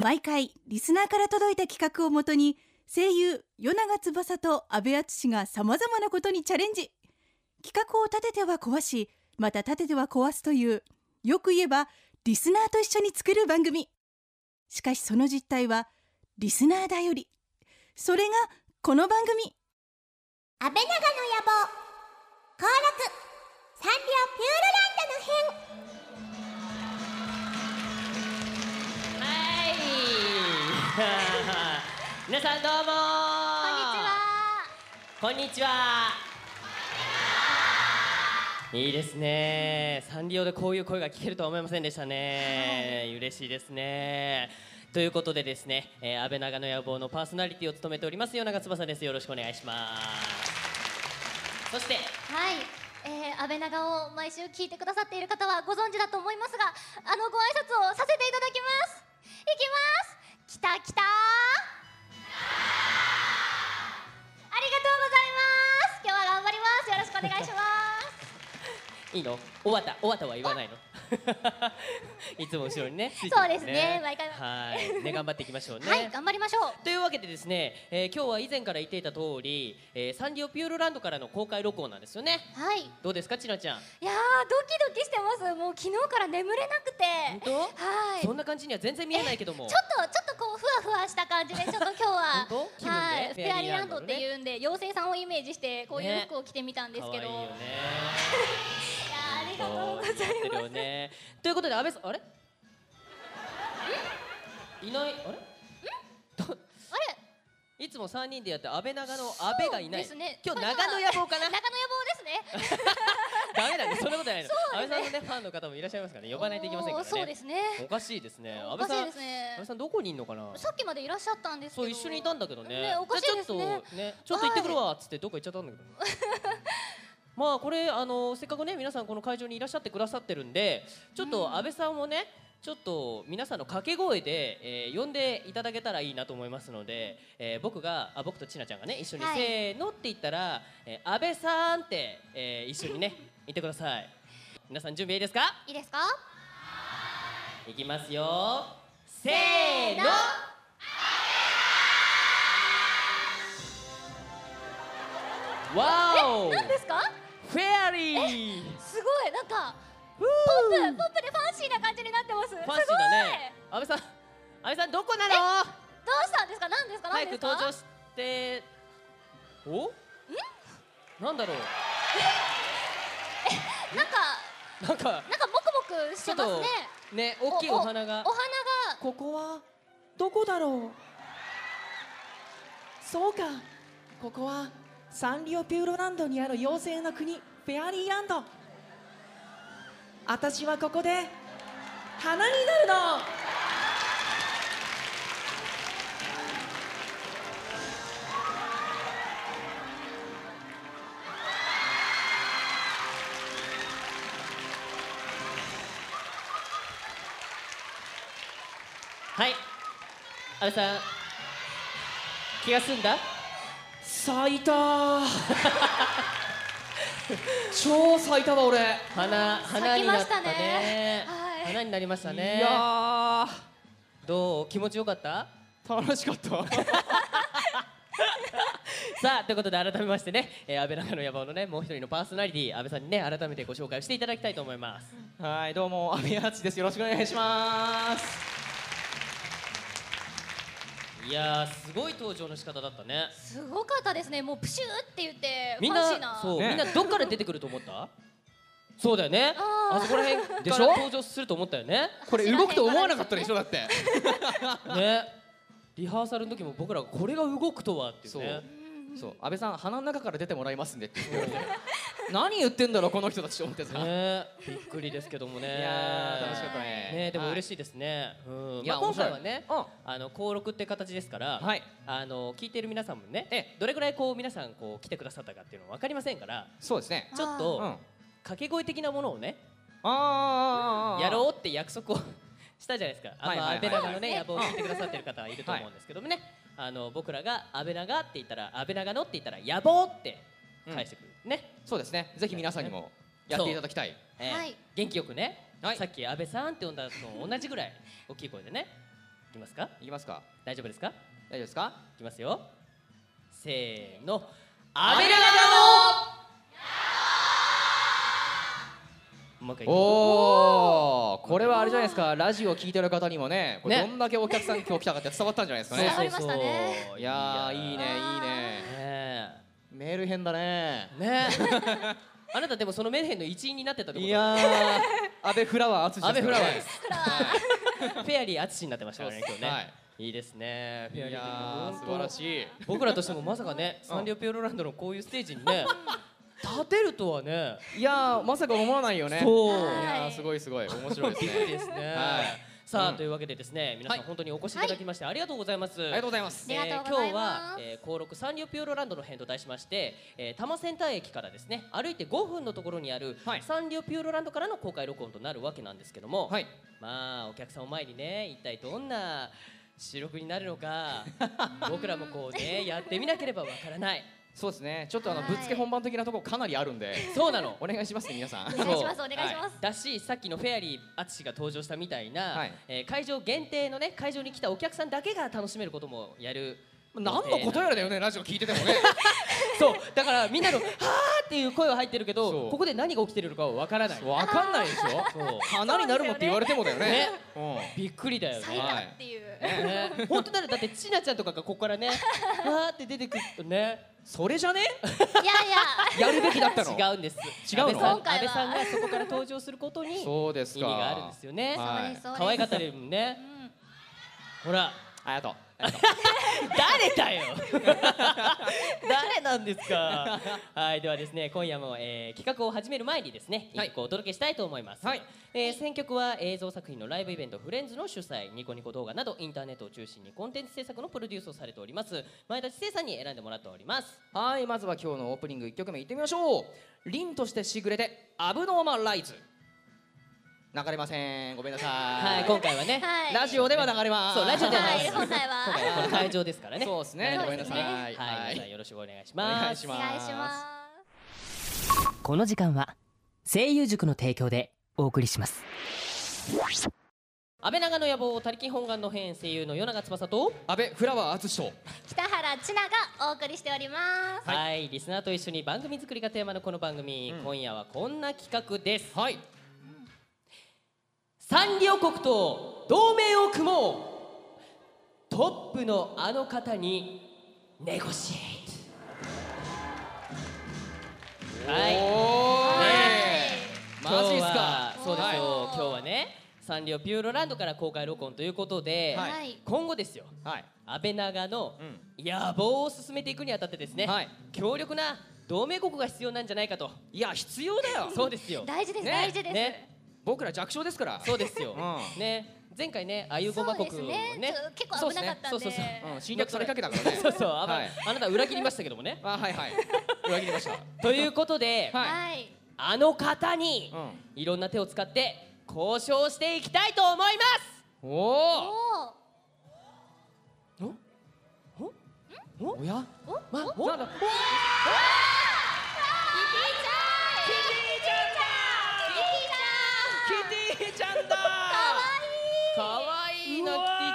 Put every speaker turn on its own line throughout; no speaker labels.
毎回リスナーから届いた企画をもとに声優与永翼と阿部淳がさまざまなことにチャレンジ企画を立てては壊しまた立てては壊すというよく言えばリスナーと一緒に作る番組しかしその実態はリスナーだよりそれがこの番組
安倍長の野望行楽サンリオピューロランドの編
はい 皆さんどうも
こんにちは
こんにちは。いいですね。サンリオでこういう声が聞けるとは思いませんでしたね。嬉しいですね。ということでですね、えー、安倍長の野望のパーソナリティを務めております与永翼です。よろしくお願いします。そして
はい、えー、安倍長を毎週聞いてくださっている方はご存知だと思いますがあのご挨拶をさせていただきますいきますきたきたありがとうございます今日は頑張りますよろしくお願いします
いいの？おわたおわたは言わないの。 いつも後ろにね。ついてます
そうですね毎回
はい。ね頑張っていきましょうね。
はい、頑張りましょう
というわけでですね、えー今日は以前から言っていた通り、えーサンリオピューロランドからの公開録音なんですよね
はい、い
どうですかちなちゃん
やードキドキしてますもう昨日から眠れなくて
本当、
はい
そんな感じには全然見えないけども
ちょっとちょっとこうふわふわした感じ でちょっと今日は
本当気分ね
はい
フ
フ
ェ
ェ
ア
ア
リ
リー
ーラ
ラ
ン
ンド
ドね
っていうんで妖精さんをイメージしてこういう服を着てみたんですけど、
可愛いよね
いやあありがとうござい
そう言ってるよねということで安倍さんあれいないあれと
ますあれ
いつも三人でやって安倍長の安倍がいない、
そうですね
今日長野野望かな
中野予防ですね
ダメだねそんなことないの、安倍さんのねファンの方もいらっしゃいますからね 呼ばないといけませんからね
おーそうですね
おかしいですね
おか
安倍
し
さ
い
ん、
です
安
ね
倍さんどこにいんのかな
さっきまでいらっしゃったんですけど
そう一緒にいたんだけどね
ねおかしいですね
じゃあちょっとねちょっと行ってくるわっつってどっか行っちゃったんだけど まあこれあのせっかくね皆さんこの会場にいらっしゃってくださってるんでちょっと安倍さんをねちょっと皆さんの掛け声で、えー呼んでいただけたらいいなと思いますので、えー僕があ僕とちなちゃんがね一緒に、
はい
せーのって言ったら、えー安倍さんって、えー一緒 にね言ってください皆さん準備いいですか
いいですか
いきますよせー
ー
の
の
わお
なんですか
フェアリー
すごいなんか
ふ
ポ
ー
ップポップでファンシーな感じになってます
ファンシーだね
す
安倍さん安倍さんどこなの
ごいどうしたんですか何ですか
早
何
く
ですか
登場しておなんだろう
なんか
な
なん
んか
かモクモクし
ちょ
てま
っ
す
と
ね
ね大きいお花
お花
が
が
ここはどこだろう
そうかここはサンリオピューロランドにある妖精の国フェアリーランド私はここで花になるの
はい安倍さん気が済んだ
咲いた超咲いたわ俺
花花になったね
咲きましたねはい
花になりましたね
いや
どう気持ちよかった
ー楽しかった
さあということで改めましてね、えー、安倍長の野望のねもう一人のパーソナリティ安倍さんにね改めてご紹介をしていただきたいと思います
はい、どうも、阿部八です。よろしくお願いします。
いやーすごい登場の仕方だったね
すごかったですねもうプシューって言って
みん
ファンシー
な
な
そう、
ね
みんなどっから出てくると思ったそうだよね
あ
あ
ー
そこら辺から
でしょ
登場すると思ったよね
これ動くと思わなかったでしょ、だって。
ねリハーサルの時も僕らこれが動くとはっていう
そう
ね。
そう、安倍さん、鼻の中から出てもらいますんでって言って。何言ってんだろう、この人たちと思ってさ。 い
ねびっくりですけどもね
やー、楽しかったね。
ねでも嬉
し
しいですね、うん
いや
まあ、今回はね
面白い
あの登録って形ですから、
はい
あの聞いている皆さんもね、どれぐらいこう皆さんこう来てくださったかっていうのは分かりませんから
い。そうですね。
ちょっ
うん。
と
あ
掛け声的なものをね
あ
やろうって約束をしたじゃないですかあ
はいはいはい
安倍長の
そう
ね
ですね
野望を聞いてくださってる方はいると思うんですけどもね、あの僕らが安倍長って言ったら安倍長のって言ったら野望って返してくる、ね、
う。そうですね。ぜひ皆さんにもやっていただきたい。
えー
はい
元気よくね、
はい
さっき安倍さんって呼んだのと同じぐらい大きい声でねきますか
いきますか
大丈夫ですか
大丈夫ですか
いきますよせーの
安
安
倍
倍
長
長田のもう一回いく
おおこれはあれじゃないですかラジオ聞いてる方にもねこれ
ね
どんだけお客さん今日来たかって伝わったんじゃないですかね
伝わりましたね
そう
いやーいいねいいね
ね
メール編だね
えねえあなたでもそのメルヘンの一員になってたってこと
いやー安倍フラワー淳
安倍フラワーですす
からねはい
フェアリー淳になってましたからね
そう
今日
です
ね、
はい
い、いですねフェア
い
リー
や
的
ー
に
素晴らしい
僕らとしてもまさかねサンリオピューロランドのこういうステージにね立てるとはね
いやーまさか思わないよね
そう
いやーすごいすごい面白いです
び
ね
っくりですね、
はい
さあ、
うん
というわけでですね皆さん
はい
本当にお越しいただきましてありがとうございます、
ありがとうございます
え
あ
ー
りが
今
とうござい
日
ます
は、えー、高六サンリオピューロランドの編と題しまして、えー、多摩センター駅からですね歩いて5分のところにある、
はい
サンリオピューロランドからの公開録音となるわけなんですけども、
はい
まあお客さんを前にね一体どんな収録になるのか 僕らもこうねやってみなければわからない
そうですねちょっとあの
はい
ぶっつけ本番的なところかなりあるんで
そうなの
お願いしますね皆さん
お願いしますお
そう
願いします、
だしさっきのフェアリー淳が登場したみたいな、
はい
えー会場限定のね会場に来たお客さんだけが楽しめることもやる
何のことやらだよねラジオ聞いてても ね
そうだからみんなの「はあ!」っていう声は入ってるけ
そ
ど
う
ここで何が起きてるのかは分からない
わかんないでし
そう
ょ花になるのって言われてもだよね
ね
うん
びっくりだよ
咲
ね
いたっていう、
ね本当ならだってちなちゃんとかがここから ね「わーって出てくるとね
それじゃね
い、やいや
やるべきだった の
違うんです
違
安
うの
倍さん
今回は
安倍さんがそこから登場することに
そうです
意味
か
があるんですよね
はい
そうですそうです
可愛かったりもね
ん
ほら
ありがとうありがと
誰だ よ誰なんですかはいではですね今夜も、えー企画を始める前にですね
はい
一個お届けしたいと思います、
はい
えー選曲は映像作品のライブイベントフレンズの主催ニコニコ動画などインターネットを中心にコンテンツ制作のプロデュースをされております前田知生さんに選んでもらっております
うはいまずは今日のオープニング一曲目いってみましょう凛としてしぐれてアブノーマルライズ流れませんごめんなさ
はい
い
今回はね、
はい
ラジオでは流れます
そうラジオでは
は
流
い
れます
本来
今
は
回はこの会場ですからね
そうですねごめんなさい
はい、
は
皆さん
い
よろしくお願いし
お
ます。
願いし
お
ます
願いします
この時間は声優塾の提供でお送りします。安倍長の野望、他力本願の編声優の与永翼と。
安倍フラワー淳と
北原千奈がお送りしております。
はい、リスナーと一緒に番組作りがテーマのこの番組、
うん
今夜はこんな企画です。
はい
サンリオ国と同盟を組もう。トップのあの方にネゴシエイト。はい。
お
ね
マジっ
今
すか
日はそうですよ、
はい
今日はねサンリオピューロランドから公開録音ということで、
はい
い
今後ですよ
ーはい
安倍長の
う
野望を進めていくにあたってですね、
はい
強力な同盟国が必要なんじゃないかと
いや必要だよ
そうですよ
大事です、
ね
大事です。
ね
僕ら弱小ですから
そうですよ、
うん
ね前回ねあゆ
そ
ごま
う
国
で
を
す
ね
ねちょ結構危なかったんで。
そうですね
うん侵略されかけたからね
そうそうあ,、
はい
あなた裏切りましたけどもね
あはい はい裏切りました
ということで、
はい
はい。
あの方に、
うん
いろんな手を使って交渉していきたいと思います
おお
お
おおお
おや
おお。
ま、
お
お
なんだ
キティちゃん。キティちゃ
キティちゃんだ
かわいいな
う
キ
わ
ティ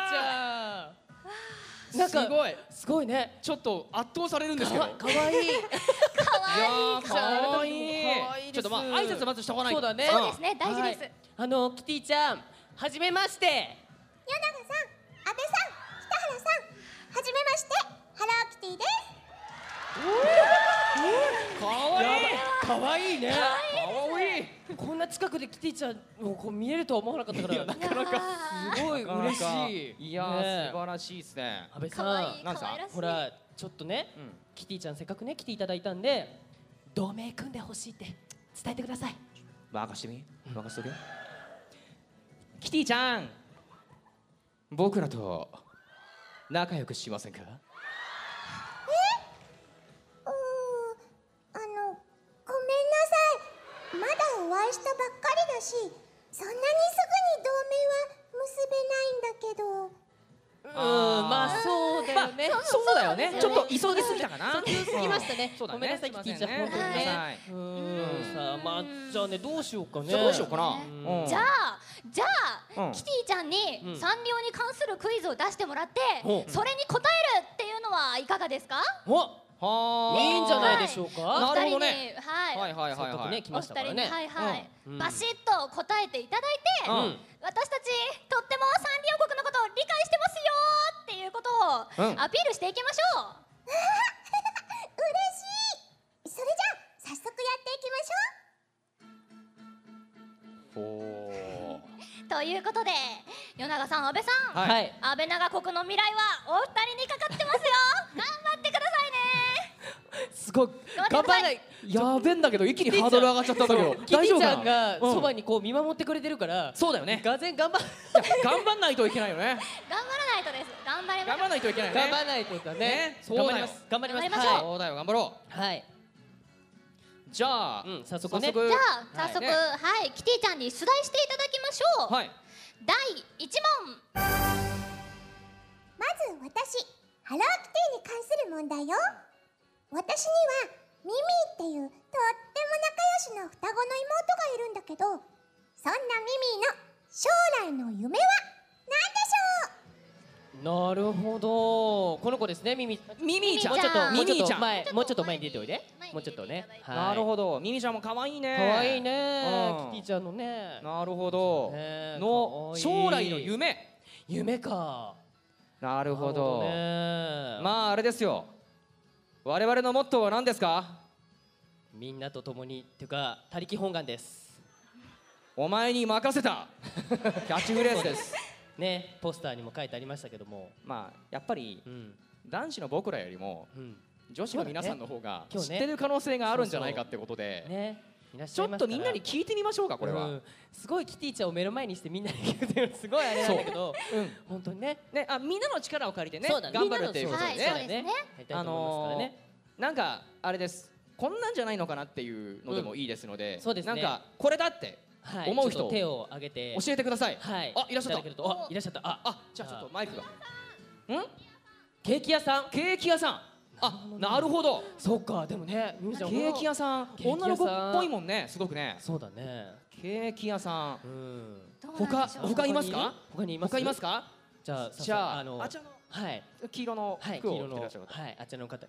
ちゃんなんか
すごい
すごいね
ちょっと圧倒されるんです
か
けど
わかわいい
いやー
かわい
かわ
い
いい
です
ちょっとまあ挨拶まずしとかないと
そうだね
そうですね 大事です
はいあのキティちゃんはじめまして
与永さん、安倍さん、北原さん、はじめまして、ハローキティです。
かわい
かわいい
い
ね
かわいい
こんな近くでキティちゃんをこう見えるとは思わなかったから
ん。なかなか。
すごい
なかな
嬉
か
しい
いや
ね
ー
え
素晴らしいですね
安倍さ
可
ん
愛い
なんす
可
か
愛らしい。
ほらちょっとね、
うん
キティちゃんせっかくね来ていただいたんで同盟組んでほしいって伝えてください
任してみ任せとけキティちゃん僕らと仲良くしませんか
うーん、あの、ごめんなさい。まだお会いしたばっかりだし、そんなにすぐに同盟は結べないんだけど。
うんまあそうだよだよね
そうだよねちょっと急ぎすぎたかな
急すぎましたね
そうだね
ごめんなさいキティちゃん本
すいませんね
当に
ごめんな
ね
さい
うんさあまあじゃあねどうしようかね
じゃあどうしようかな
うん
うん
じゃあじゃあ、
うん
キティちゃんに
うん
サンリオに関するクイズを出してもらって、
ほう
それに答えるっていうのはいかがですか
お
はあ
いいんじゃないでしょうか、
なるほ
お二人
どね
にはい、
はいはい
せっ
はい
か
は
く
い
ね来
お
ま
二
した
人
から
に、
ね
はいはい、
うん
バシッと答えていただいて、
うん
私たちとってもサンリオ国のことを理解してますよーっていうこと
うん
をアピールしていきまし ょう、
嬉しいそれじゃあ早速やっていきましょう
ほー
ということで与永さん阿部さん、
はい
はい
安倍長国の未来はお二人にかかってますよ頑張ってくださいね
すごい
頑張ってくだ
頑張
さい
らないやべえんだけど一気にハードル上がっちゃったんだけど
キテ
大
ィ
丈夫
ち
か
ゃ
なん
が
うん
そばにこう見守ってくれてるから、
そうだよね
がぜん頑張
頑張んないといけないよね
頑張らないとです頑張りま
頑張らないといけないよね
頑張らないとかね
ね
そう頑張ります頑張ります
頑張りましょ
はい
そうだよ頑張ろ
はい、
うじゃあ
うん早速ね
じゃあ早速、
はいね
はい、キティちゃんに出題していただきましょう、
はい
第1問
まず私ハローキティに関する問題よ私にはミミィっていうとっても仲良しの双子の妹がいるんだけどそんなミミィの将来の夢は
なるほどこの子ですねミミ
ミミ
ちゃん
もうちょっと
ミミちゃん
もうちょ
ミミちゃん
っと前もうちょっと前に出ておいで
前に
もうちょっとね
出ていただいて
なる
ど
ほどミミちゃんも可愛いね
可愛いね
うん
キティちゃんのね
なるほど
ね可
の
愛い
将来の夢
夢か
なる
な
ほど
ねま
まああれですよ我々のモットーは何ですか
みんなと共にっていうか他力本願です
お前に任せたキャッチフレーズです
ねポスターにも書いてありましたけども
まあやっぱり
うん
男子の僕らよりも
うん
女子の皆さんの方が知
そうだね今日ね
ってる可能性があるんじゃないかってことで、
ねいらっし
ち
ゃ
ょ
いま
っ
すか
と
ら
みんなに聞いてみましょうかこれは、
うんすごいキティちゃんを目の前にしてみんなに聞くっていうのすごいあれなんだけど
うん
本当にね
ね、あみんなの力を借りてね
そうだね
頑張るっていうことで
はい
ね
そうですね
やりた
あ
いと思いますから
の
ね
ーなんかあれですこんなんじゃないのかなっていうのでもいいですので、
うんそうですね
なんかこれだって
はい
思う
ちょ
人
っと手を挙げて
教えてください、
はい
あいらっしゃった
だけるとあいらっしゃったあ
あじゃあちょっとマイクがん
ケーキ屋さん
ケーキ屋さんあなるほど
そっかでもねミミち
ケ
ゃん
ーキ屋さん
ケーキ屋さん
女の子っぽいもんねすごくね
そうだね
ケーキ屋さ
う
ん
ん
どうなん
他
でしょう
他いますか
他にいます
他いますか
じゃあ
じゃあ
あの
あちらの
はい
黄色の
はい黄
服を
色
着て
の
らっしゃる方
はいあちらの方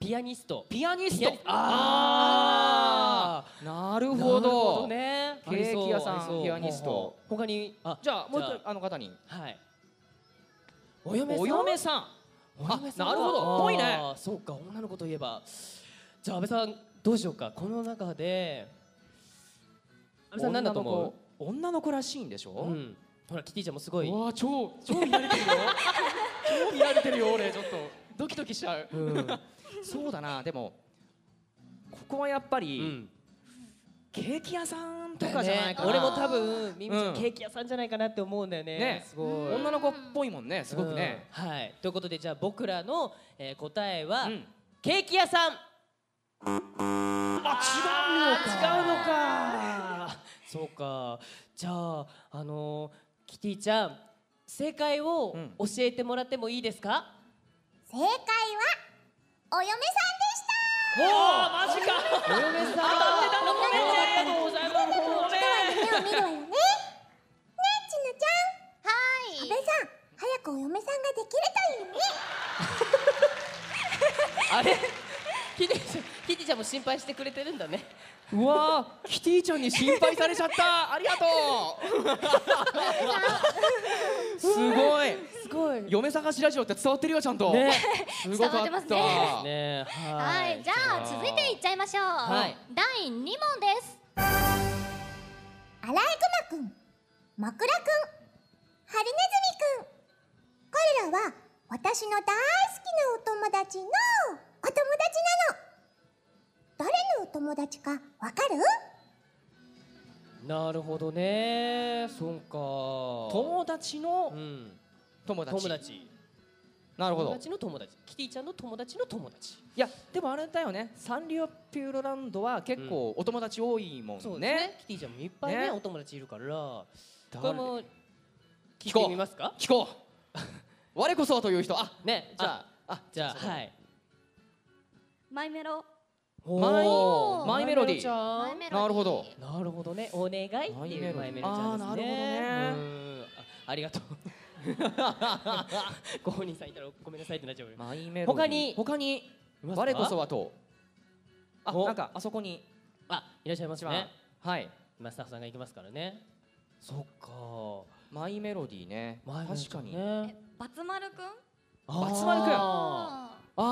ピアニスト
ピアニス
ピア
ト
ニスト
あーなるほ
なるほ
ど
どね
ケーキ屋さ
あ
ん
りそう
ピアニスト
ほうほう他にあ
じゃあもう一
じ
回あの方に
はいお嫁さん
お嫁さん
お嫁さん
あなるほど
あー
ぽいね
そうか女の子といえばじゃあ安倍さんどうしようかこの中で安倍さん何だと思
う女の子らしいんでし
うう
ょ
んほらキティちゃんもすごい
わわー超超見られてる よ超見られてるよ俺ちょっとドキドキしちゃう
うん
そうだなでもここはやっぱ
う
り、
ん
ケーキ屋さんとかじゃないかな、
俺も多分ミミちゃ
うん
んケーキ屋さんじゃないかなって思うんだよね
ね
すごい
女の子っぽいもんねすごくね、
うんはいということでじゃあ僕らのえー答え
う
は
ん
ケーキ屋さん
あ違うのか
そうかじゃああのーキティちゃん正解を
うん
教えてもらってもいいですか、
正解はお嫁さんでした
おおマジかお嫁さん当たってたのごめんねありがとうございますごめん
夢を見るわよねねえちのち
はい
ゃん阿部さん早くお嫁さんができると
あ
いいね
れキティちゃんキティちゃんも心配してくれてるんだね
うわーキティちゃんに心配されちゃ ったありがと うすごい
すごいね
嫁探しラジオって伝わってるよちゃんと、すごかった
伝わってますね
ねは
はいい、じゃあ続いていっちゃいましょう、
はい
第2問です
アライグマくん、マクラくん、ハリネズミくん。彼らは私の大好きなお友達のお友達なの。誰のお友達かわかる
なるほどねそうか友
友達の
うん
友達
友達
なるほ
友
ど
達の友達キティちゃんの友達の友達
いやでもあれだよねサンリオピューロランドは結構お友達多いもんね,、
そうですねキティちゃんもいっぱいね
ね
お友達いるからこれ
誰
も聞い
こう
てみますか
聞こ 我こそはという人あ
ね
じゃああ
じゃあ
そうだ
はい
マイメロ
マイ
おー
マイメロディ
ちゃ
ー
ん
マイメロディー
なるほど
なるほどねお願いっていうマイメロディーちゃんですね
あーなるほどね
うんあありがとうご本人さんいたらごめんなさいってなっちゃうよ
マイメロディー
他に
他に
いますか
我こそはとあ
お
なんかあそこに
あいらっしゃいますね
はい
今スタッフさんが行きますからねそっか
マイメロディーね確かに
ね
バツマルくん
バツ丸くん
あ
あ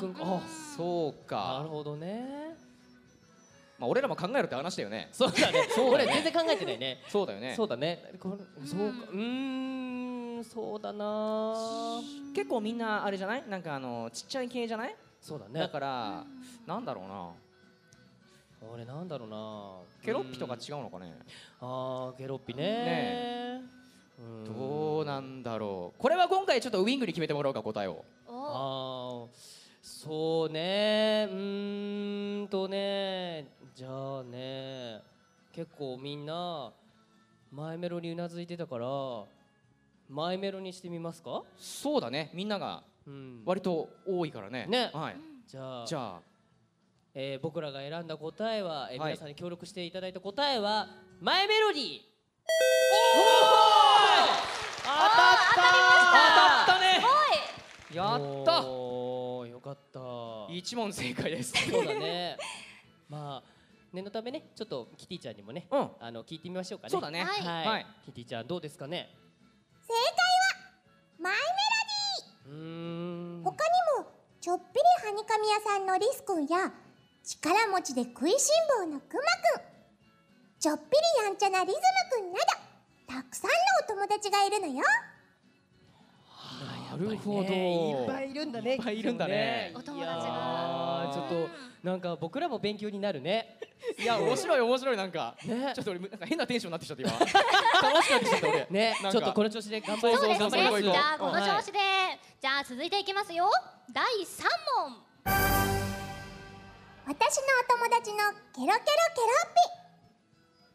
松丸くん
ー
か
あそう
ーなる
か
ほどね
まあ俺らも考えるって話だよね
そうだね
そうだね
俺全然考えてないね
そうだよね
そうだねこれそうかうーんそうだな
結構みんなあれじゃないなんかあのちっちゃい系じゃない
そうだね
だからなんだろうな
俺なんだろうな
ケロッピとか
うん
違うのかね
あーケロッピね
ね
うん
どうなんだろうこれは今回ちょっとウイングに決めてもらおうか答えを
お
あーそうねうーんとねじゃあね結構みんな前メロにうなずいてたから前メロにしてみますか
そうだねみんなが
うん
割と多いからね
ね
はい
じゃあ
じゃあ
えー僕らが選んだ答えは、えー
はい
皆さんに協力していただいた答えは前メロディー
当たった当たったね
い
やった
おーよかった
一問正 解です
そうだね。まあ念のためね、ちょっとキティちゃんにもね、
うん
あの聞いてみましょうかね。
そうだね
はい
はい。
はい
キティちゃんどうですかね。
正解はマイメ
うーん。
ロディー他にもちょっぴりはにかみ屋さんのリスくんや力持ちで食いしん坊のくまくんちょっぴりやんちゃなリズムくんなどたくさんのお友達がいるのよ
やっぱりね
なるほど
いっぱいいるんだね。
いっぱいいるんだね
キティ
お
も
友達が
いやーちょっとなんか僕らも勉強になるね。
いや面白い面白いなんか
ね
ちょっと俺なんか変なテンションになってきちゃって今楽しくなってきちゃって俺
ね、
なん
ち
か
ょっとこの調子で頑張り
そうです
そうそうそうそう
ね。じゃあ
そう
この調子で、じゃあ続いていきますよ。第三問。
私のお友達のケロケロケロッピ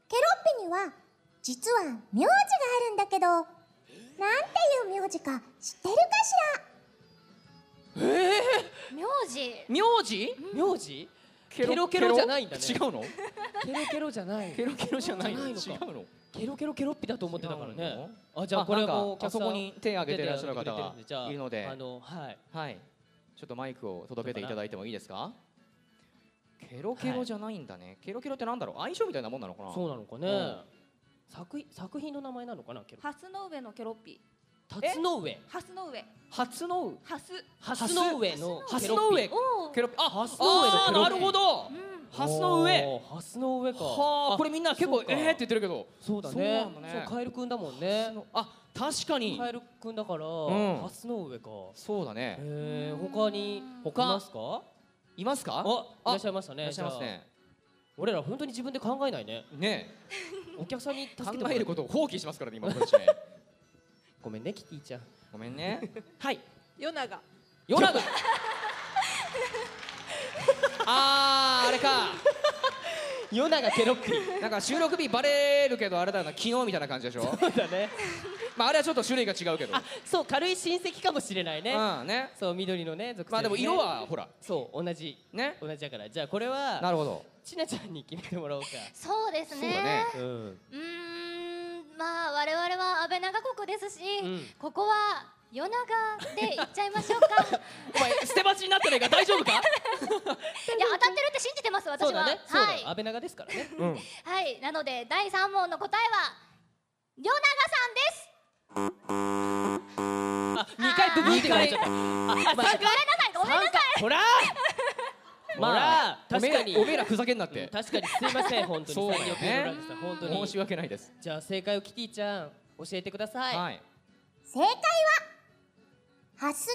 ケロッピには実は名字があるんだけどなんていう名字か知ってるかしら
名字。
名字
名字？
ケ
ケロケロじゃないんだね
違うの
ケロケロじゃない。
ケロケロじゃないの
じゃないの
違
か
うの
ケロケロケロッピだと思ってたから
違う
ね
の。
あ、じゃあこれ
なんか
もうお
あ
客さ
そ
ん
こに手を挙げていらっしゃる方
手を
が
挙げてらっしゃ
いるので
あのはい。
はいちょっとマイクを届けていただいてもいいですかケロケロじゃないんだね、ケロケロってなんだろう相性みたいなもんなのかな
そうなのかね。
うん
作品作品の名前なのかな。ケロ。
蓮の上のケロッピ
辰の上。
蓮の上
初の
蓮
蓮の上の
初の上
おお。
ケロあ初
の上のケロ
なるほど
うん。
初の上
ハスの上か
はあこれみんな結構
そうか
えーって言ってるけど
そうだ
そうな
ね
んだね
そうカエルくんだもんね
あ確かに
カエルくんだから
ん
ハスの上か
そうだね
へえ他に他いますか
いますか
あい
あ
らっしゃいました
い
ね
らっしゃいます
じゃあ
ね
俺ら本当に自分で考えないね
ね
お客さんに助
考
けてもら
え
う
ることを放棄しますからね今こ っちね
ごめんねキティちゃん
ごめんね
はい
ヨナが
ヨナグ あーあれか
ヨナがケロッピ
なんか収録日バレるけどあれだな昨日みたいな感 じでしょ
そうだね
まああれはちょっと種類が違うけど
そう軽い親戚かもしれないね
うんね
そう緑のね属性
まあでも色
ね
はほら
そう同じ
ね
同じだからじゃあこれ
な
は
るほど
ちなちゃんに決めてもらおうか
そうです
そうだね
ね。
うん
うーん。まあ我々は安倍長国ですし、
うん
ここは夜長で行っちゃいましょ うか。いや
お前捨て鉢になってないから大丈夫か
当たってるって信じてます
そ
私
うだ
は。
ねそう
は
だ
い
よ安倍長ですからね
うん
はい。なので第三問の答えは夜長さんです。
あ、二回ブブーって言われちゃった。あ、まあ
ごめんなさいごめんなさい。
ほら。
ほ
まあ
ら、
確かに
おめえらおめえらふざけんなっ
うん
て
確かにすいません本当に。
そうだよね
最悪のラブさん本当に
申。し訳ないです
じゃあ正解をキティちゃん教えてください。
はい
正解はハス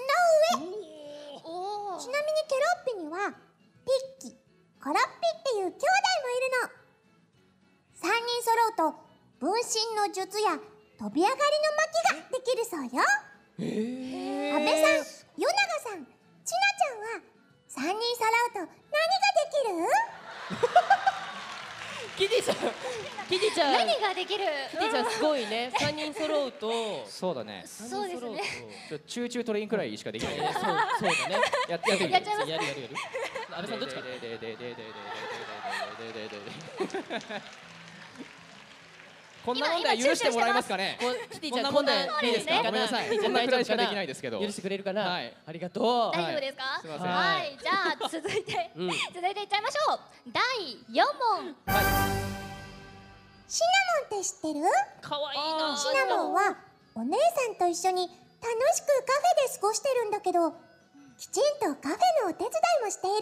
の上
おお。
ちなみにケロッピにはピッキコロッピっていう兄弟もいるの3人揃うと分身の術や飛び上がりの巻きができるそうよ阿部さん与永さんちなちゃんは3人揃うと何ができる
キティちゃん、キティちゃん。
何がでできる
キティちゃんすごいね3人揃うと
そうだね
そうですね
ちょチューチュートレインくらいし かできない
そうそうだね
やってみる
やっちゃいます
やるやるやる安倍さんどっちか
ででででででででででででで こんな問題許してもらえますかね
こうキティちゃん
こ
こ
ん
ん
な
な
問
ん
題
いいですか
ごめんなさい
キティちゃ
こんな
大
く
丈夫
らいし
か
かで
な
きないですけど
許してくれるかな、
はい
ありがとう
大丈夫ですか
はいすいません
はいじゃあ続いて、
うん
続いていっちゃいましょう第四問
シナモンって知ってる
かわいいな
シナモンはお姉さんと一緒に楽しくカフェで過ごしてるんだけどきちんとカフェのお手伝いもしているの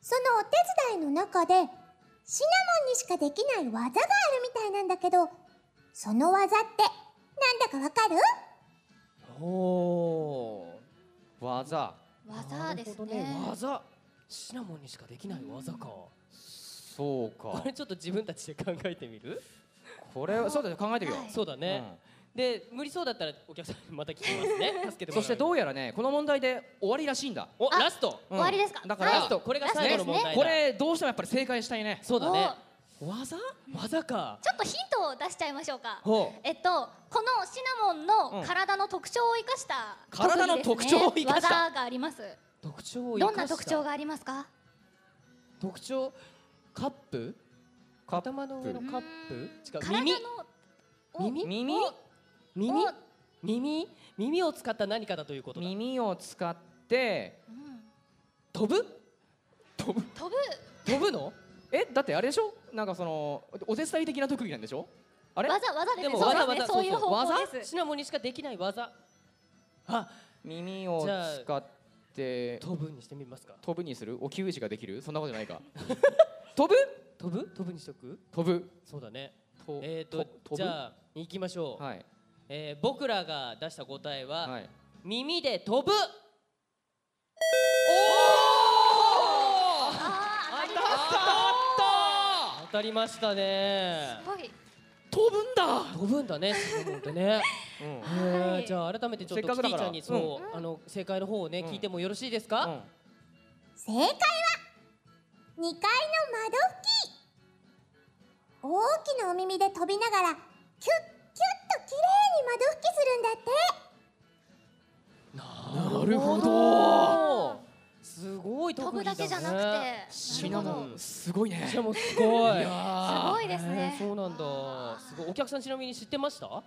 そのお手伝いの中でシナモンにしかできない技があるみたいなんだけどその技ってなんだかわかる
おおー技
技ですね
なるほど技シナモンにしかできない技か
そう
こ
か
れちょっと自分たちで考えてみる
これはそうだね考えてみよう
はい
そうだね、
うん
で無理そうだったらお客さんにまた聞きます ね助けてもら
そしてど
う
うやらねこの問題で終わりらしいんだ
お
あ
ラスト
う
終
ん
わりですか
だから
はい
ラスト
これが
ラスト
最後の
ですね
問題だ
これどうしてもやっぱり正解したいね
そうだね技技か
ちょっとヒントを出しちゃいましょうか
ほ
えっとこのシナモンの
うん
体の特徴を生かした特技
体の
ですね
特徴を生かした
技があります
特徴を生
ど
か
ん
した
な特徴がありますか
特徴カップ
カップ
頭の上のカップ違う
体の
耳
お
耳
耳
耳耳耳を使った何かだということだ
耳を使って
うん
飛ぶ
飛ぶ
飛ぶ
飛ぶの
えだってあれでしょなんかそのお手伝い的な特技なんでしょあれ
技技です
で
ね
も
そう
技
ですね
技
そういう
そうそう
方
技
法です
シナモンにしかできない技あ
耳を使って
飛ぶにしてみますか
飛ぶにするお給仕ができるそんなことないか飛ぶ
飛ぶ飛ぶにしとく
飛ぶ
そうだね
と
えーと
と
じ
飛ぶ
ゃあ行きましょう、
はい
えー僕らが出した答えは、
はい
耳で飛ぶ
あーありま
当たりましたね
すすごい
飛ぶんだ
飛ぶんだねシナモンってね
うん
へー
はい
じゃあ改めてちょっ
せっ
と
か
キ
く
テ
だか
ィち
ら
ゃんにそう、あの正解の方をね、
うん
聞いてもよろしいですか、
うん
正解は2階の窓拭き大きなお耳で飛びながらキュッキュッときれいに窓拭き
な
するんだって
るほど
すごい特
飛ぶ
技
だ
だ、ね、
けじゃなくて
シナモンすごいね
シナモンすごい
す
や
ごいですね
えーそうなんだすごいお客さんちなみに知ってました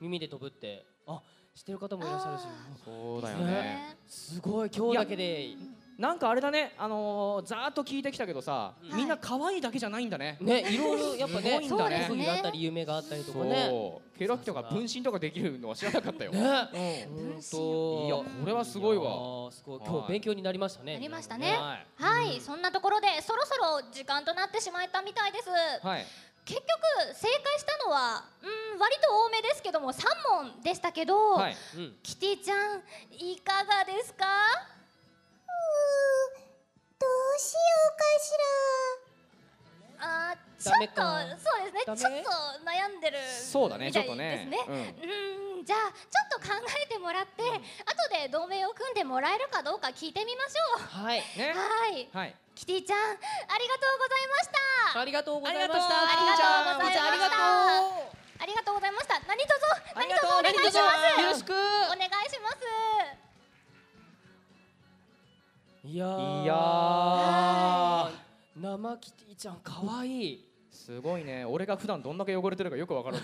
耳で飛ぶってあ知ってる方もいらっしゃるし
あ
ーそうだよね
ね
すごい今日だけで
なんかあれだねあのーざーっと聞いてきたけどさ
うん
みんな可愛いだけじゃないんだね
ねいろいろやっぱね
すごいんだね
特技があったり夢があったりとかね
そうケロキとか分身とかできるのは知らなかっ たよ
ね
う
本
んい
当
やこれはすごいわ
やーすごい今
はい
日勉強になりましたね
なりましたね
は
はい、そんなところでそろそろ時間となってしまったみたいです、
いはい
結局正解したのはうん割と多めですけども3問でしたけど、
はい
うん
キティちゃんいかがですか
どうしようかし
あーちょ
ダメ
っと
か
そう
ダ
です
メ
ねちょっと悩んでる
そうだね
み
ち
た
ょ
い
っ
で
と
す
ね
ねうんじゃあちょっと考えてもらって、後で同盟を組んでもらえるかどうか聞いてみましょう
はい
ね
はい
はい
キティちゃんありがとうございました
ありがとうございました
ありがとうございました
ありがとう
ありがとうございました何卒
あ
何
りが
卒
とう
お願いします
よろしく
お願いします
いやー
いやー
生キティちゃん可愛い
すごいね俺が普段どんだけ汚れてるかよくわかるね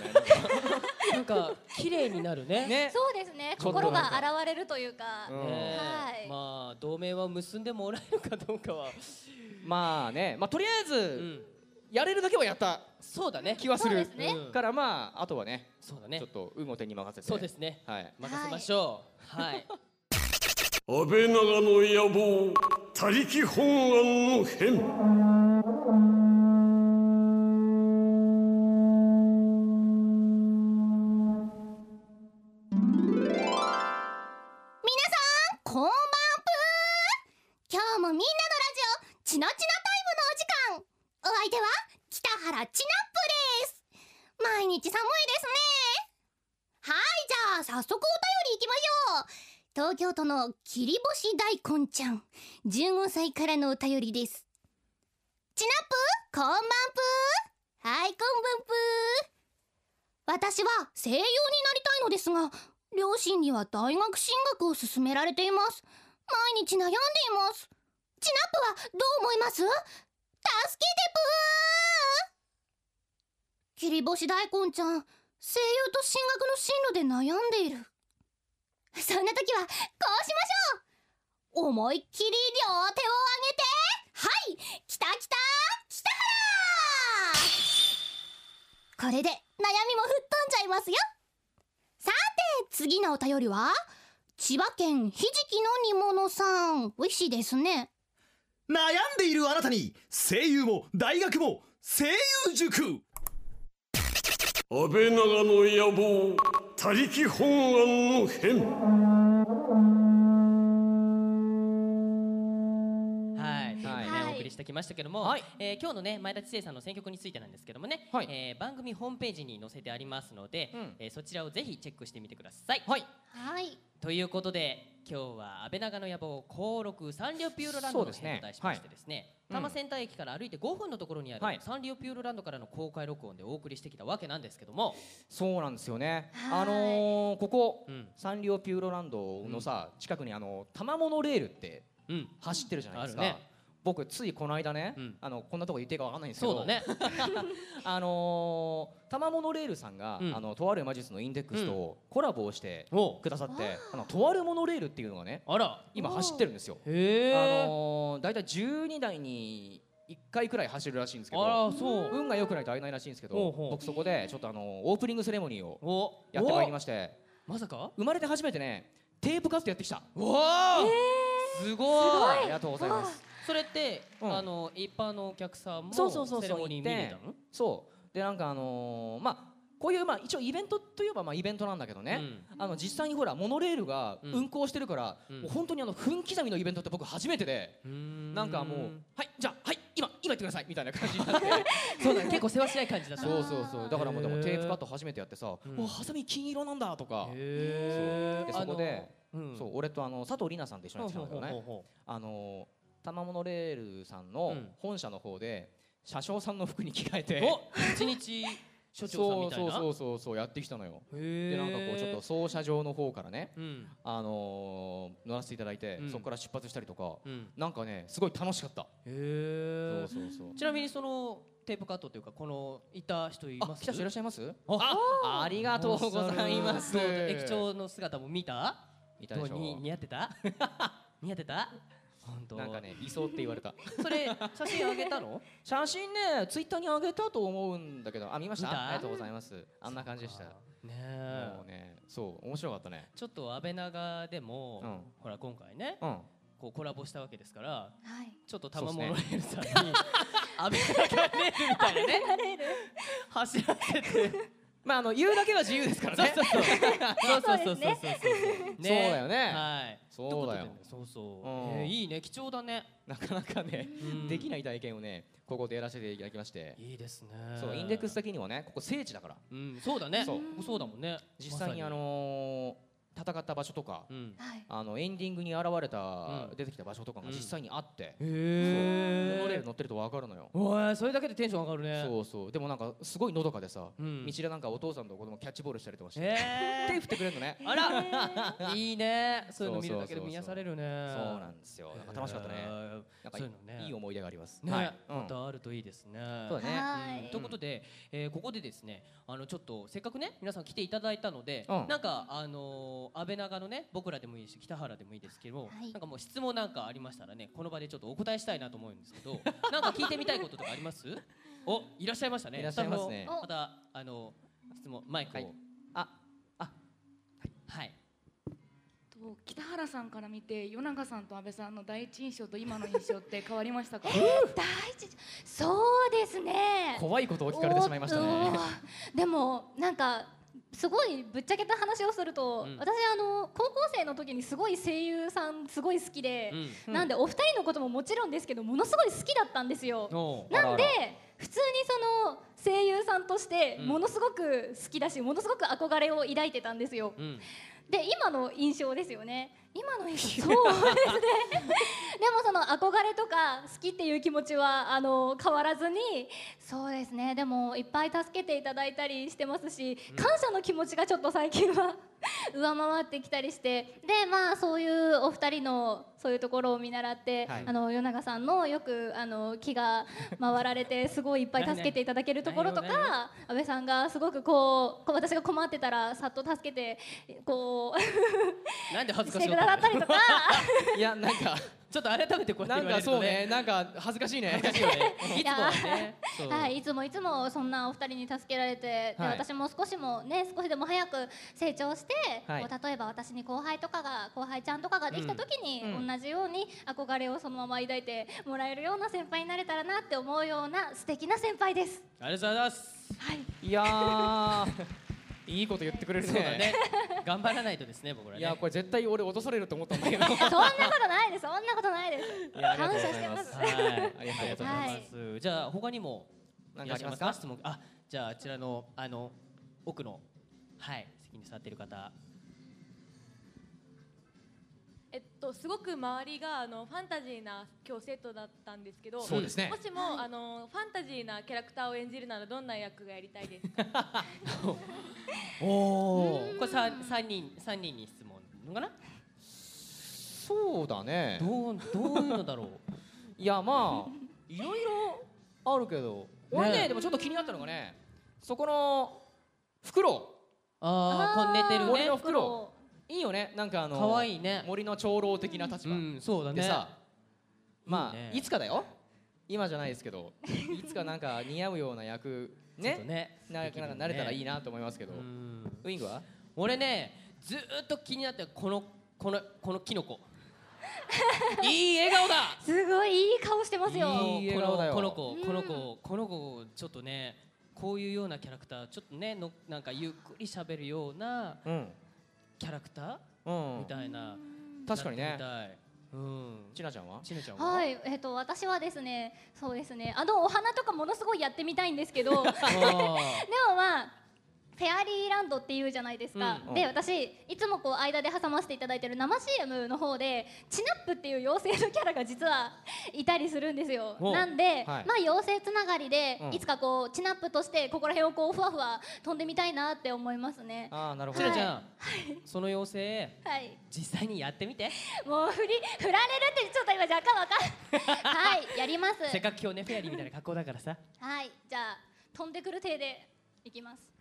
なんか綺麗になるね
ね
そうですね。
ちょっとな
心
んか
が現れるというか。
うん
ね
はい
まあ同盟は結んでもらえるかどうかは、
まあねまあとりあえ
う
ず
ん、
やれるだけはやった
そうだね
気はす
そう
る
ですね
うん
からまああとはね
そうだ
ち
ね
ょっと運を手に任せて
そうですね
はい
任せましょうはい、
安倍長の野望他力本願の変
らこんばんぷー今日もみんなのラジオちなちなタイムのお時間お相手は北原ちなっぷです毎日寒いですねはいじゃあ早速お便りいきましょう東京都の切り干し大根ちゃん15歳からのお便りですちなっぷーこんばんぷー
はい、こんぶんぷー。私は声優になりたいのですが、両親には大学進学を勧められています。毎日悩んでいます。チナップはどう思います助けてぷー切り干し大根ちゃん、声優と進学の進路で悩んでいる。そんな時は、こうしましょう思いっきり両手を上げてはいきたきた北原これで悩みも吹っ飛んじゃいますよさて次のお便りは千葉県ひじきの煮物さん美味しいですね
悩んでいるあなたに声優も大学も声優塾
安倍長の野望他力本願の変
はい、ということでね
はい
お送りしてきましたけども、えー今日のね前田知世さんの選曲についてなんですけどもね、
はい
えー番組ホームページに載せてありますので、
うん
えーそちらをぜひチェックしてみてください。はい、
はい
ということで今日は安倍長の野望高六サンリオピューロラン
そ
ド
う
の
ですね
編と題しましてですね
はい
多摩センター駅から歩いて5分のところにある、
はい
サンリオピューロランドからの公開録音でお送りしてきたわけなんですけども、
そうなんですよね
はーい
あのーここ
うん
サンリオピューロランドのさ近くにあの多摩モノレールって
うん、
走ってるじゃないです
ある
か
ね
僕ついこの間ね
うん
あのこんなとこ言っていいかわかんないんですけ
そうだ
ど
ね。
あのー、たまものレールさんが、
うん
あのとある魔術のインデックスとコラボをして
おう
くださって、あのとあるモノレールっていうのがね
あら、
今走ってるんですよ。あ
へえ、
のー、大体12台に1回くらい走るらしいんですけ
あ
ど
らそう、
運が良くないと会えないらしいんですけど
ほうほう
僕そこでちょっとあのーオープニングセレモニーを
お、
やってまいり
ま
まして
まさか？
生まれて初めてねテープカストやってきた
おーすごい
ありがとうございます
それって、
うん
あの一般のお客さんも
そうそうそうそう
セレモニー見れた
行
の
そうでなんかあのー、まあこういうまあ一応イベントといえばまあイベントなんだけどね、あの実際にほらモノレールが
うん
運行してるから、
うん
もう本当にあの分刻みのイベントって僕初めてで、
うん
なんかもうはいじゃあはい今今言ってくださいみたいな感じに なって
そうだね結構世話しない感じだった
そうそうそうだからもうで
へ
も
ー
テープカット初めてやってさ、
うん
もうハサミ金色なんだとか、
へ
でそこで、そ
う
う俺とあの佐藤里奈さんと一緒に
ほう
やっ
ほ
てたん
う
だけ
ほう
どね
ほ
あのー、玉モノレールさんの
うん
本社の方で車掌さんの服に着替えて、
うお一日所長さんみたいな
そうそううそうそうやってきたのよ
そう
でなんかこうちょっと操車場の方からね
うん
あのー、乗らせていただいて、
うん
そこから出発したりとか、
うん
なんかねすごい楽しかった。
へえ
そうそう
ちなみにそのテープカットというかこのいた人いま
あ、
す
来た人いらっしゃいます？
あ
あありがとうございます。
どう駅長の姿も見た
いたでし
どうに
ょ。
似合ってた 似合ってた本当
なんかね、いそうって言われた。
それ写真あげたの
写真ね、ツイッターにあげたと思うんだけど、あ見ました
見た
ありがとうございます。あんな感じでした。
ね
もう
え
ね、そう面白かったね。
ちょっと安倍長でも、
うん
ほら今回ね
うん。
こうコラボしたわけですから
はい
ちょっと玉
そうっすね
モノレールさんに 安倍長レールみたいなね 走らせて
まああの言うだけは自由ですからね。
そうそうそうそうそうそうそうそう
そうだよね
はい
そうだよ
ってことでねそうそう、
うん
えーいいね貴重だね
なかなかね、
うん
できない体験をね、ここでやらせていただきまして。
いいですね
そうインデックス的にもね、ここ聖地だから。
うんそうだね
そう
ここそうだもんね
実際にあ
まさ
のー戦った場所とか、
うん
はい
あのエンディングに現れた、
うん
出てきた場所とかが実際にあって、
へ
モノレー
え
ル乗ってると分かるのよ、
おいそれだけでテンション上がるね
そうそうでもなんかすごいのどかでさ、
うん
道でなんかお父さんと子供キャッチボールしたりとかして、
え
手振ってくれる のね、
ー、あらいいねそういうの見るだけで
そうそうそうそう
見癒されるね
そうなんですよなんか楽しかったね、なんか
そういうのね
いい思い出があります
ね、
はい、うん
またあるといいですね
そうだね
はい
ということで、えーここでですねあのちょっとせっかくね皆さん来ていただいたので、
うん
なんかあのー、安倍長のね僕らでもいいし北原でもいいですけど、
はい
なんかもう質問なんかありましたらねこの場でちょっとお答えしたいなと思うんですけど なんか聞いてみたいこととかあり ますおいらっしゃいましたね
いらっしゃいますね
スタッフのまたあの質問マイクを、
はいああ
はい
と北原さんから見て与永さんと安倍さんの第一印象と今の印象って変わりましたか
大事そうですね
怖いことを聞かれてしまいました
お
ね
っとでもなんかすごいぶっちゃけた話をすると、
うん
私あの高校生の時にすごい声優さんすごい好きで、
う
なんでお二人のことももちろんですけどものすごい好きだったんですよ
ん、。おう
なんで
あら
普通にその声優さんとして
うん
ものすごく好きだし、ものすごく憧れを抱いてたんですよ。
うん
で今の印象ですよね今の印象そうですね でもその憧れとか好きっていう気持ちはあの変わらずにそうですねでもいっぱい助けていただいたりしてますし感謝の気持ちがちょっと最近は 上回ってきたりしてでまあそういうお二人のそういうところを見習って、
はい
あの与永さんのよくあの気が回られてすごいいっぱい助けていただけるところと
何々
か安倍さんがすごくこうこう私が困ってたらさっと助けてこう
なんで恥
し
ずかし てい
くださったりと か
いやなんか
ちょっと改めてこうやっ
な
て言われ
んか
る
そ
と
うね
ね
なんか恥ずかしいね
恥 ずかしいよねいつ
い
も
や
はねそう
はい、いつもいつもそんなお二人に助けられて、
はい
で私も少しもね少しでも早く成長して、
はい
こう例えば私に後輩とかが後輩ちゃんとかができた時に、
うんうん
同じように憧れをそのまま抱いてもらえるような先輩になれたらなって思うような素敵な先輩 です。
ありがとうございます
はい
いやー いいこと言ってくれる
そうだね頑張らないとですね僕ら
い
ね
やこれ絶対俺落とされると思ったんだけど
そんなことないです。そんなことないです。
いやありが
感
とうご
謝し
ざ
て
いま
ますす。
はい
ありがとうございます
は
ありがとうございます、じゃあ他にも
なん
い
からあ
っし
り
ゃいますす
ま
か
か
質問あじゃああちらのあの奥のはい席に座っている方
えっとすごく周りがあのファンタジーな今日生徒だったんですけど
そうですね
もしも、あのファンタジーなキャラクターを演じるならどんな役がやりたいですか
おおー
これ三三人三人に質問のかな
そうだね
どうどういうのだ ろう
いやまあいろいろあるけど俺ね
ね
でもちょっと気になったのがねそこの袋
ああこん寝てる
森
ね
の袋いいよねなんかあの
可愛いね
森の長老的な立
う
場
んそうだね
でさま
いいね
あいつかだよ今じゃないですけどいつかなんか似合うような 役
ちょっと
ね
ね
なんかなんか慣れたらいいなと思いますけ
け
ど
うん
ウイングは
俺ねずーっと気になってこのこのこのキノ コいい笑顔だ
すごいいい顔してますよ。
いい笑顔だよ
このこ
う
の
ん
子この子この子ちょっとねこういうようなキャラクターちょっとねのなんかゆっくり喋るような
うん
キャラクタ
う
ーみ
ん
たいな
確かに
やっ
ね
てみたいうん
ちなちゃんは
ちねちゃんは
はい、えっ、と私はですね、そうですね、あのお花とかものすごいやってみたいんですけど、でも
あ ー
まあフェアリーランドっていうじゃないですか。
うんうん
で私いつもこう間で挟ませていただいてる生 CM の方で、チナップっていう妖精のキャラが実はいたりするんですよ。
お
なんで、
はい
まあ妖精つながりで、
うん
いつかこうチナップとしてここら辺をこうふわふわ飛んでみたいなって思います ね。
ああなるほ
ち
ど
ねちゃんその妖精
はい。
実際にやってみ て
もう振り振られるってちょっと今若干わか んはいやります
せっかく今日ねフェアリーみたいな格好だからさ
はいじゃあ飛んでくる手でいきます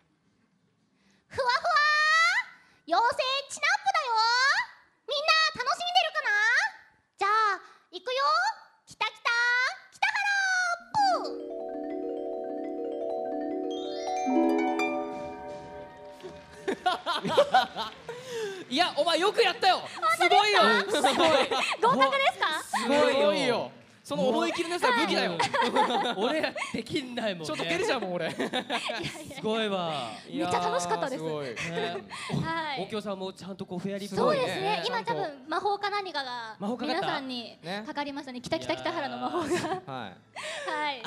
ふわふわー妖精チナップだよーみんな楽しんでるかなじゃあ行くよーきたきた北原ーぷー
いやお前よくやったよすごいよ すごい
合格ですか
すごいよその思い切りの良さは武器だよ
俺らできんないもんね
ちょっと照れちゃうもん俺
すごいわ
めっちゃ楽しかったです
いやーすごい
ね
は
お
い
京さんもちゃんとこうフェアリーっぽ
そう
い
すご
で
い
す
ね
ね今
ちゃ
多
んと
分魔法か何かが
魔法かかった
皆さんに
ね
かかりましたねきたきた北原の魔法がは
はい
い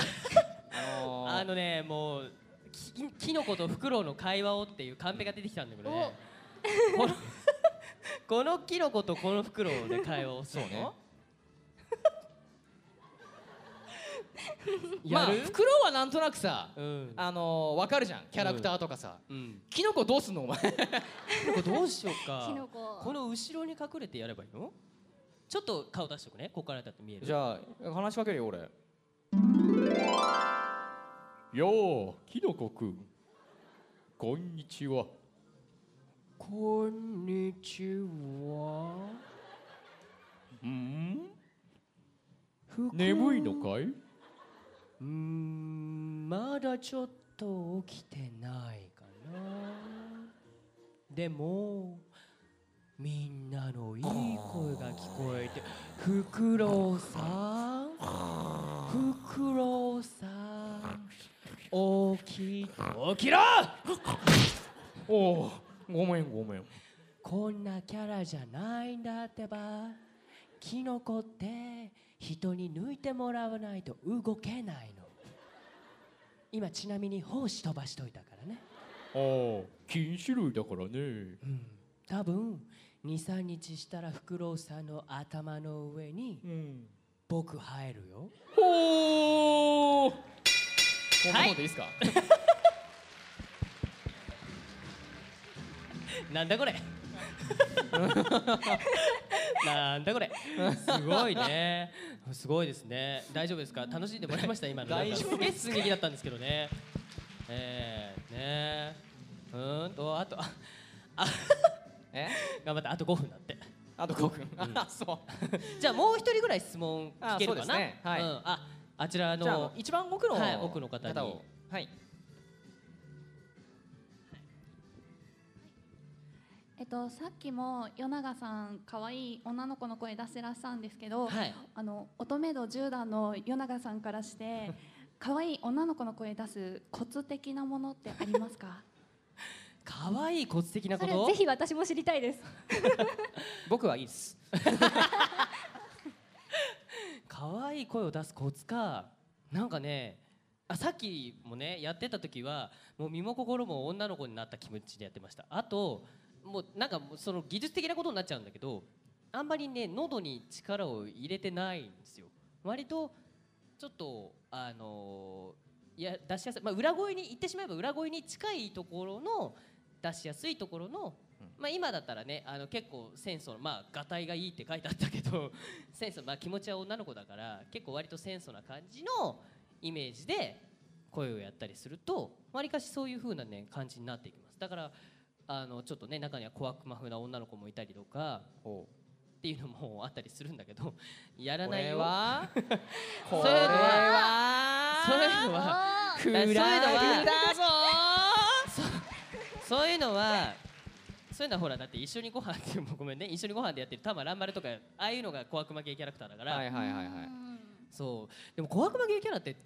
あのー
あのねもうききのことフクロウの会話をっていうカンペが出てきたんだけどねこのこのキノコとこのフクロウで会話をするの、
そうね
や
まあ
る、
フクロウはなんとなくさ
うん
あのーわかるじゃんキャラクターとかさ
うん、
キノコどうすんのお前
キノコどうしようか
キノコ
この後ろに隠れてやればいいのちょっと顔出しておくねここからだって見える
じゃあ話しかけるよ俺
よう、キノコくん。こんにちは。
こんにちは
うん
フク
眠いのかいう
ーんまだちょっと起きてないかなでもみんなのいい声が聞こえてフクロウさんフクロウさん起き起きろ
おお、ごめんごめん。
こんなキャラじゃないんだってばキノコって人に抜いてもらわないと動けないの今ちなみに胞子飛ばしといたからね
ああ、禁止類だからね。
多分23日したらフクロウさんの頭の上に僕入るよ
ほーこんなもんでいいですか、
なんだこれ なんだこれすごいねすごいですね大丈夫ですか楽しんでもらいました今の
大丈夫
なんかすげえ寸劇だったんですけどねえー、ねうーんとあとああ
え
頑張ってあと5分だって
あと5分、
うん
あそう
じゃあもう一人ぐらい質問聞ける
あそうで
か
す
な
ねはい
うんああちら
じゃあ
の
一番奥の、
はい奥の方に
をはい
えっと、さっきも与永さん可愛い女の子の声出してらっしゃるんですけど、
はい
あの乙女度10段の与永さんからして可愛い女の子の声出すコツ的なものってありますか
可愛い骨的なこ
それ
と
ぜひ
私も知りたいです
僕はいいです
可愛い声を出すコツかなんかねあさっきもねやってた時はもう身も心も女の子になった気持ちでやってましたあともうなんかもうその技術的なことになっちゃうんだけどあんまりね喉に力を入れてないんですよ割とちょっとあのいや出しやすい、まあ、裏声に言ってしまえば裏声に近いところの出しやすいところの、まあ、今だったらねあの結構センスのまあがたいがいいって書いてあったけど センスまあ気持ちは女の子だから結構割とセンスな感じのイメージで声をやったりするとわりかしそういう風なね感じになっていきますだからあのちょっとね中には小悪魔風な女の子もいたりとかっていうのもあったりするんだけどやらないよ
これは
そういうの
これ
はそういうのは
フラ
そうい
グ
うのは
だぞ
そういうのはそういうのはほらだって一緒にご飯ってもうごめんね一緒にご飯でやってるタマランマルとかああいうのが小悪魔系キャラクターだから
はいはいはいはい
そうでも小悪魔系キャラって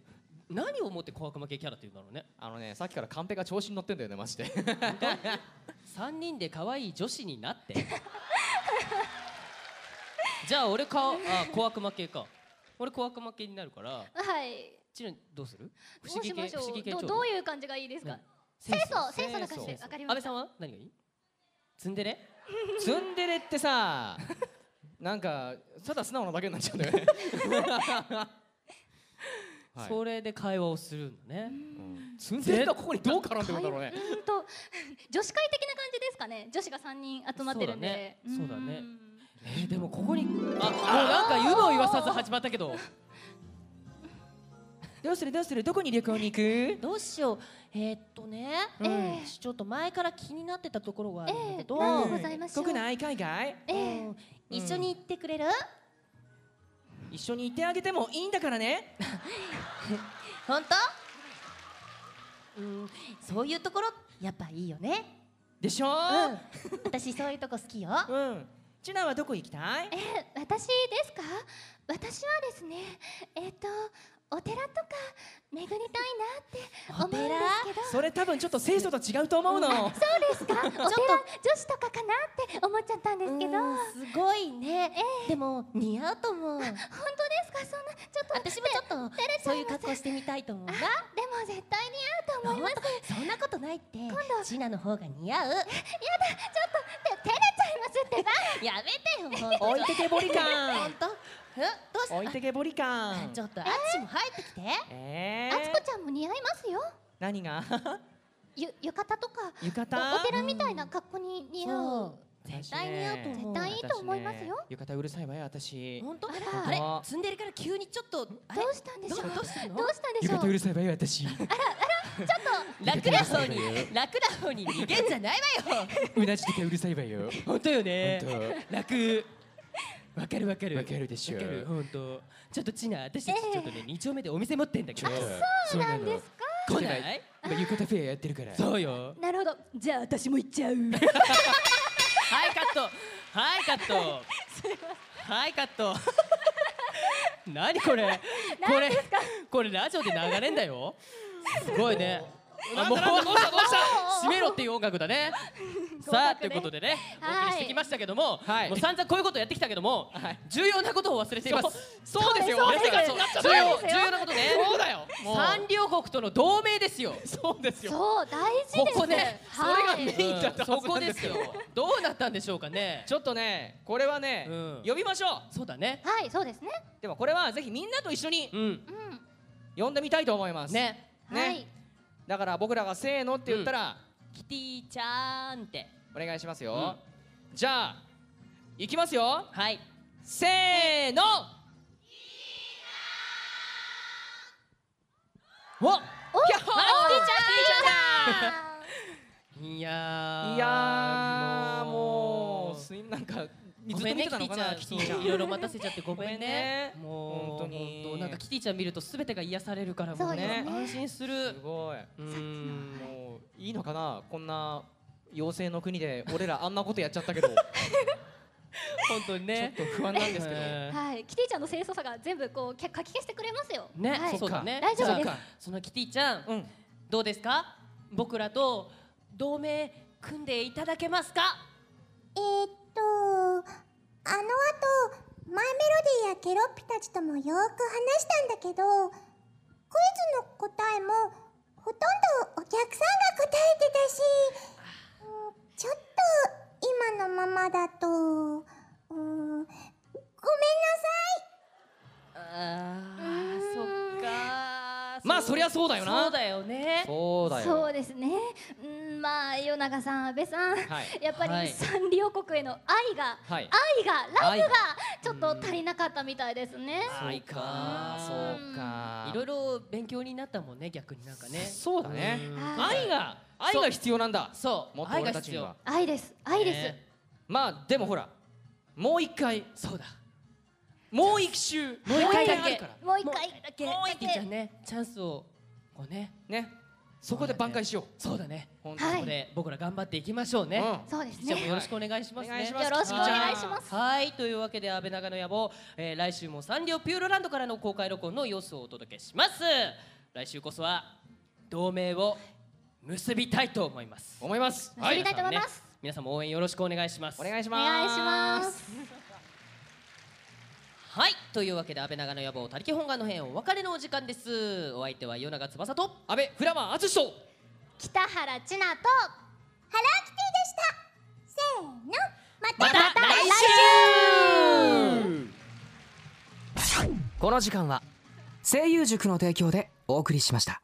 何をもって小悪魔系キャラっていうんだろうね
あのねさっきからカンペが調子に乗ってんだよねマジで
3人で可愛い女子になってじゃあ俺かあ小悪魔系か俺小悪魔系になるから
はい
ちなどうする不
ど
思
う
議
し
系
ましょ
不思議系
うど
長
どういう感じがいいですか、
清
楚清楚な感じでわかりました
安倍さんは何がいいツンデレ
ツンデレってさなんかただ素直なだけになっちゃうんだよねはい
それで会話をするんだね。
ツンデレがここにどう絡んでくんだろう
う
ね
ーんと 女子会的な感じですかね女子が3人集まってるんで
そうだね。そうだねえーでもここにあもうなんか言うのを言わさず始まったけど。
どうするどうするどこに旅行に行く
どうしようえーっとね、
うん
えーちょっと前から気になってたところがあるんだけど、
ええなんでございましょう国内
海外、うん一緒に行ってくれる、
一緒に行ってあげてもいいんだからね
本当うんそういうところやっぱいいよね
でしょ、う
私そういうとこ好きよ、
うん、チュナはどこ行きたい
え私ですか私はですねえっ、とお寺とか巡りたいなって思うんですけど
それ多分ちょっと清楚と違うと思うの、
あそうですかお寺女子とかかなって思っちゃったんですけど
すごいね、でも似合うと思う本当です
かそんなちょっと
私もちょっとそういう格好してみたいと思うな
でも絶対似合うと思います
そんなことないってシナの方が似 合うやだちょ
っと照れちゃいますってば
やめてよ
置いてけぼり感
本当えどうした
置いてけぼり感
ちょっとあっちも入ってきて
え
あつこちゃんも似合いますよ
何が
ゆ浴衣とか
浴
お
衣
お寺みたいな格好に似合う
絶
対似合うと思う絶対いいと思いますよ
浴衣うるさいわよ私
本当あ
ら
れツンデレから急にちょっとど
どうしたんでしょう
どうしたの
どうしたんでし
浴
ょ
衣う
う
るさいわよ私
ちょっと
楽な方に楽な方に逃げんじゃないわよ。
うなじとかうるさいわよ
本当よね
本
楽わかるわかる
わかるでしょ
わかる本当ちょっとちな私たちちょっとね二丁目でお店持ってんだけど
そうなんです
か来ない
今浴衣フェアやってるからそうよ
なるほどじゃあ私も行っちゃう
はいカットはいカットはいカット何これこれこれラジオで流れんだよすごいねあもうどうしたどうした
おー
閉めろっていう音楽だねさあということでねお
はい
送りしてきましたけども、もう散々こういうことやってきたけども、重要なことを忘れています
そうそうですよ
そう
忘れてそうなっちゃっ
重
たそう
要
ですよ
重要なことね
そうだよもう
三両国との同盟ですよそうです
そう大事です
ここね、
はい
それがメインだったはずなんそこですよどうなったんでしょうかね
ちょっとねこれはね、呼びましょう
そうだね
はいそうですね
でもこれはぜひみんなと一緒に、呼んでみたいと思います
ね
ね、
はい
だから僕らがせーのって言ったら、
キティちゃんって
お願いしますよ、じゃあいきますよ
はい
せーのおっ
おキャ
ホーキティちゃんだ
いやー
いやーもうすいなんか
ごめんねキティちゃんいろいろ待たせちゃってごめんね
もう本当に
本当なんかキティちゃん見るとすべてが癒されるからも
そううです
ね
ね
安心する
すごいうんもういいのかなこんな妖精の国で俺らあんなことやっちゃ ったけど本
当にね
ちょっと不安なんですけど
はいキティちゃんの清楚さが全部こうきゃかき消してくれますよ
ね、
はい
そうだね
大丈夫で
じ
す
ゃあそのキティちゃん、どうですか僕らと同盟組んでいただけますか
えー、っとあのあとマイメロディやケロッピたちともよーく話したんだけどクイズの答えもほとんどお客さんが答えてたしうんちょっと今のままだとうんごめんなさい
あーそっか
まあそりゃそうだよな
そうだよね
そうだよ
そうですねうんまあ与永さん安部さん、
はい
やっぱ
はい
りサンリオ国への愛が、
はい
愛がラブが
愛が
ちょっと足りなかったみたいですね
そうかそうか
いろいろ勉強になったもんね逆になんかね
そうだね
うん
愛が愛が必要なんだ
そう
もっと俺たちには
愛です愛です、
ねまあでもほらもう一回
そうだ
もう一周もう
もう一回だ
ある
け
から
もう一回だけ
もう一回じゃあねチャンスをこうね
ねそこで挽回しよう
そうだね
本
当にそこで僕ら頑張っていきましょうね
うん
そうですね
キティちゃんもよろしくお願いしますね
お願いしますよろしくお願いします
はいというわけで安倍長の野望えー来週もサンリオピューロランドからの公開録音の様子をお届けします来週こそは同盟を結びたいと思います
思います
結びたいと思います
皆さんも応援よろしくお願いしますお願
いし
お願いします
はいというわけで安倍長の野望他力本願の編お別れのお時間ですお相手は与永翼と
安倍フラワー淳と
北原千奈と
ハローキティでしたせーの
また
来週
この時間は声優塾の提供でお送りしました